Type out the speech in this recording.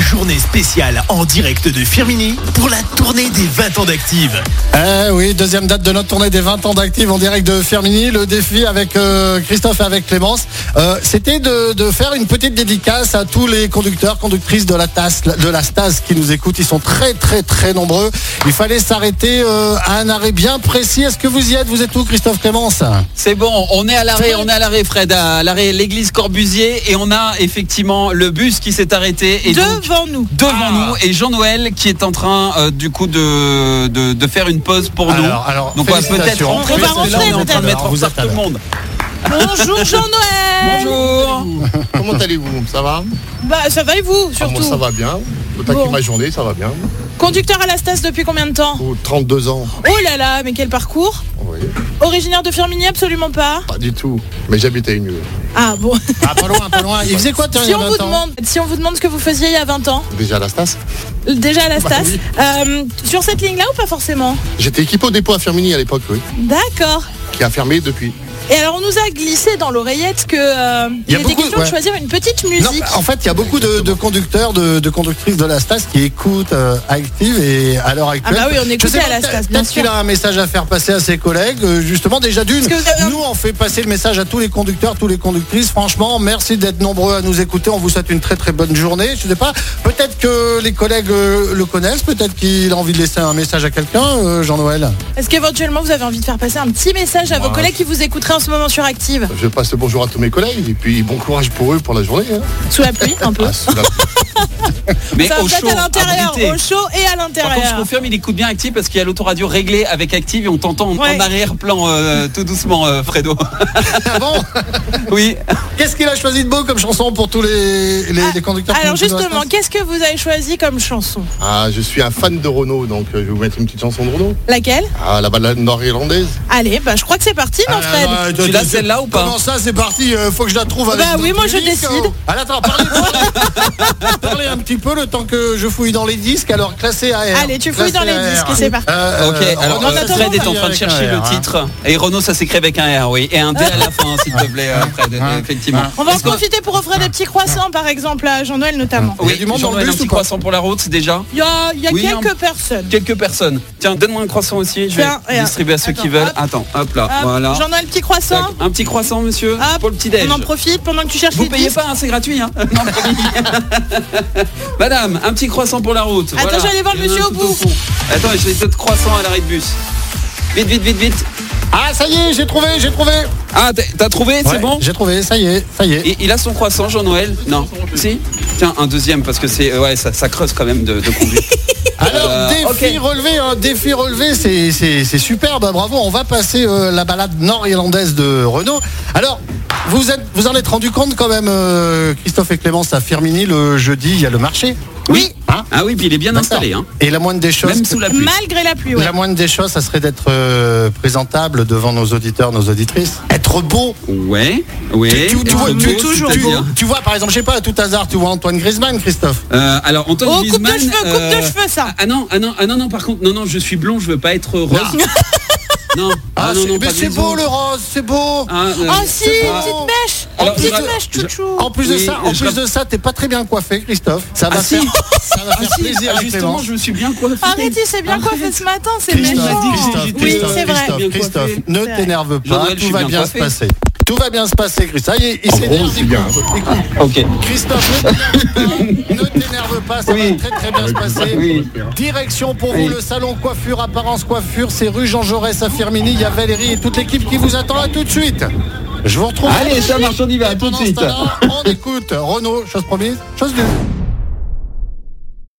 journée spéciale en direct de Firmini pour la tournée des 20 ans d'Active. Eh oui, deuxième date de notre tournée des 20 ans d'active en direct de Fermini. Le défi avec euh, Christophe et avec Clémence, euh, c'était de, de faire une petite dédicace à tous les conducteurs, conductrices de la TAS, de la STAS qui nous écoutent. Ils sont très, très, très nombreux. Il fallait s'arrêter euh, à un arrêt bien précis. Est-ce que vous y êtes Vous êtes où, Christophe Clémence C'est bon, on est à l'arrêt, on est à l'arrêt Fred, à l'arrêt l'église Corbusier et on a effectivement le bus qui s'est arrêté et donc Devant nous. devant Ah. nous et Jean-Noël qui est en train euh, du coup de, de, de faire une pause pour Alors, nous. alors, donc on va peut-être félicitations. rentrer On va parce que là on est en rentrer, train de peut-être. mettre en Vous retard êtes à tout le monde. Bonjour Jean-Noël. Bonjour. Comment allez-vous Ça va Bah, ça va et vous Ah, Moi surtout ça va bien. Au taquet Bon. de ma journée, ça va bien. Conducteur à la Stas depuis combien de temps Pour 32 ans, Oh, Oh là là, mais quel parcours oui, Originaire de Firminy Absolument pas. pas du tout. Mais j'habitais une Ah bon. Ah, pas loin, pas loin. Il faisait quoi, Si Thierry, il y a on, vous 20 ans demande, si on vous demande ce que vous faisiez il y a 20 ans, déjà à la Stas. déjà à Bah la Stas, oui. euh, sur cette ligne-là ou pas forcément J'étais équipé au dépôt à Firmini à l'époque, oui, D'accord. qui a fermé depuis. Et alors on nous a glissé dans l'oreillette que euh, Il y il a était beaucoup, question ouais. de choisir une petite Non, musique. en fait, il y a beaucoup de, de conducteurs, de, de conductrices de la Stas qui écoutent euh, Active et à l'heure actuelle. bah oui, on Je écoutait sais pas, à la Stas, peut-être bien qu'il sûr. a un message à faire passer à ses collègues. euh, Justement, déjà d'une, Parce que vous avez un- nous, on fait passer le message à tous les conducteurs, tous les conductrices. Franchement, merci d'être nombreux à nous écouter. On vous souhaite une très très bonne journée. Je sais pas, peut-être que les collègues euh, le connaissent, peut-être qu'il a envie de laisser un message à quelqu'un, euh, Jean-Noël. Est-ce qu'éventuellement vous avez envie de faire passer un petit message à vos Bah, Ouais. collègues qui vous écouteraient en ce moment sur Active Je passe le bonjour à tous mes collègues et puis bon courage pour eux pour la journée. hein. Sous la pluie un peu Ah, sous la- Mais Ça au va chaud, peut-être à l'intérieur, habilité. au chaud et à Par contre, je l'intérieur. confirme, il écoute bien Active parce qu'il y a l'autoradio réglée avec Active et on t'entend en- Ouais. en arrière-plan euh, tout doucement, euh, Fredo. Ah bon oui. Qu'est-ce qu'il a choisi de beau comme chanson pour tous les, les, les conducteurs Ah, Alors qui nous écoutent de la justement, Stas qu'est-ce que vous avez choisi comme chanson Ah, je suis un fan de Renault, donc euh, je vais vous mettre une petite chanson de Renault. Laquelle Ah, la balade nord-irlandaise. Allez, bah je crois que c'est parti, non Fred Ah, non, Tu l'as, je- celle-là, ou pas Comment ça, c'est parti, euh, faut que je la trouve avec Bah oui, notre moi, je public, décide. hein. Ah, attends, parlez, parlez. Parlez un petit peu le temps que je fouille dans les disques. Alors, classé AR. Allez, tu fouilles Classé dans les AR. disques et c'est parti. Euh, ok, euh, alors Renaud euh, Nathan, Fred est en il y a train de avec un chercher le R, hein. titre. Et Renault, ça s'écrit avec un R, oui. Et un D à la fin, s'il te plaît, euh, Fred. Effectivement. On va en Est-ce qu'on- profiter pour offrir des petits croissants par exemple à Jean-Noël notamment. Il y a Oui, du monde dans le Jean-Noël, bus un petit ou pas croissant pour la route déjà Il y a, il y a Ah. Oui, quelques un- personnes. Quelques personnes. Tiens, donne-moi un croissant aussi, je vais Tiens, et un- distribuer à ceux qui attends, veulent. hop. Attends, hop là, Hop, voilà. Jean-Noël, petit croissant. Tac, Un petit croissant, monsieur, Hop, pour le petit-déj. On en profite pendant que tu cherches Vous les payez disques. pas, hein, c'est gratuit. hein. Non, promis. Madame, un petit croissant pour la route. Attends, je vais aller voir le Il y en a monsieur un au tout bout. fond. Attends, j'ai d'autres croissants à l'arrêt de bus. Vite, vite, vite, vite. Ah, ça y est, j'ai trouvé, j'ai trouvé. Ah, t'as- t'as trouvé, c'est Ouais, bon J'ai trouvé, ça y est, ça y est. Et il a son croissant, Jean-Noël Non. Si Tiens, un deuxième, parce que c'est. euh, Ouais, ça, ça creuse quand même de, de conduite. Alors, Euh, défi relevé, hein, défi relevé, c'est- c'est c'est superbe, hein, bravo. On va passer euh, la balade nord-irlandaise de Renault. Alors, vous, êtes, vous en êtes rendu compte quand même, euh, Christophe et Clémence, à Firmini, le jeudi, il y a le marché. Oui Hein Ah oui, puis il est bien installé, hein. Et la moindre des choses. Même sous la pluie. Malgré la pluie, ouais. La moindre des choses, ça serait d'être euh, présentable devant nos auditeurs, nos auditrices. Être beau. Ouais, ouais. tu, tu Être vois, beau, tu- tu- tu- c'est-à-dire tu vois, par exemple, je sais pas, à tout hasard, tu vois Antoine Griezmann, Christophe. Euh, alors Antoine Oh, coupe de Griezmann, cheveux, coupe de cheveux, ça. Ah non, ah non, ah non, non, par contre, non, non, je suis blond, je veux pas être rose. Non, Ah, non, c'est- non, mais pas c'est raison. beau le rose, c'est beau. Ah, euh, Oh si, c'est petite pas- mèche. Alors, petite je- mèche, je- chouchou. En plus de Oui, ça, en je plus rapp- de ça, t'es pas très bien coiffé, Christophe. Ça va Ah, si. faire, ça va Ah, faire si, plaisir ah, à justement, Clémence. je me suis bien coiffé. Arrête, il s'est bien coiffé ce matin, c'est Christophe, méchant. Christophe, Oui, Christophe, c'est vrai. Christophe, Bien Christophe, coiffé. ne C'est vrai. t'énerve Jean-Noël, pas, je tout suis va bien bien se coiffé. passer. Tout va bien se passer, Christophe. Ça y est, il En s'énerve. gros, c'est bien. Écoute, Ok. Christophe, ne t'énerve pas, ne t'énerve pas, ça Oui. va très très bien se passer. Oui. Direction pour vous Oui. le salon coiffure, apparence coiffure, c'est rue Jean Jaurès à Firmini, il y a Valérie et toute l'équipe qui vous attend à tout de suite. Je vous retrouve. Allez, ça marche, on y va, Et tout de pendant ce suite. temps-là, On écoute Renaud, chose promise, chose due.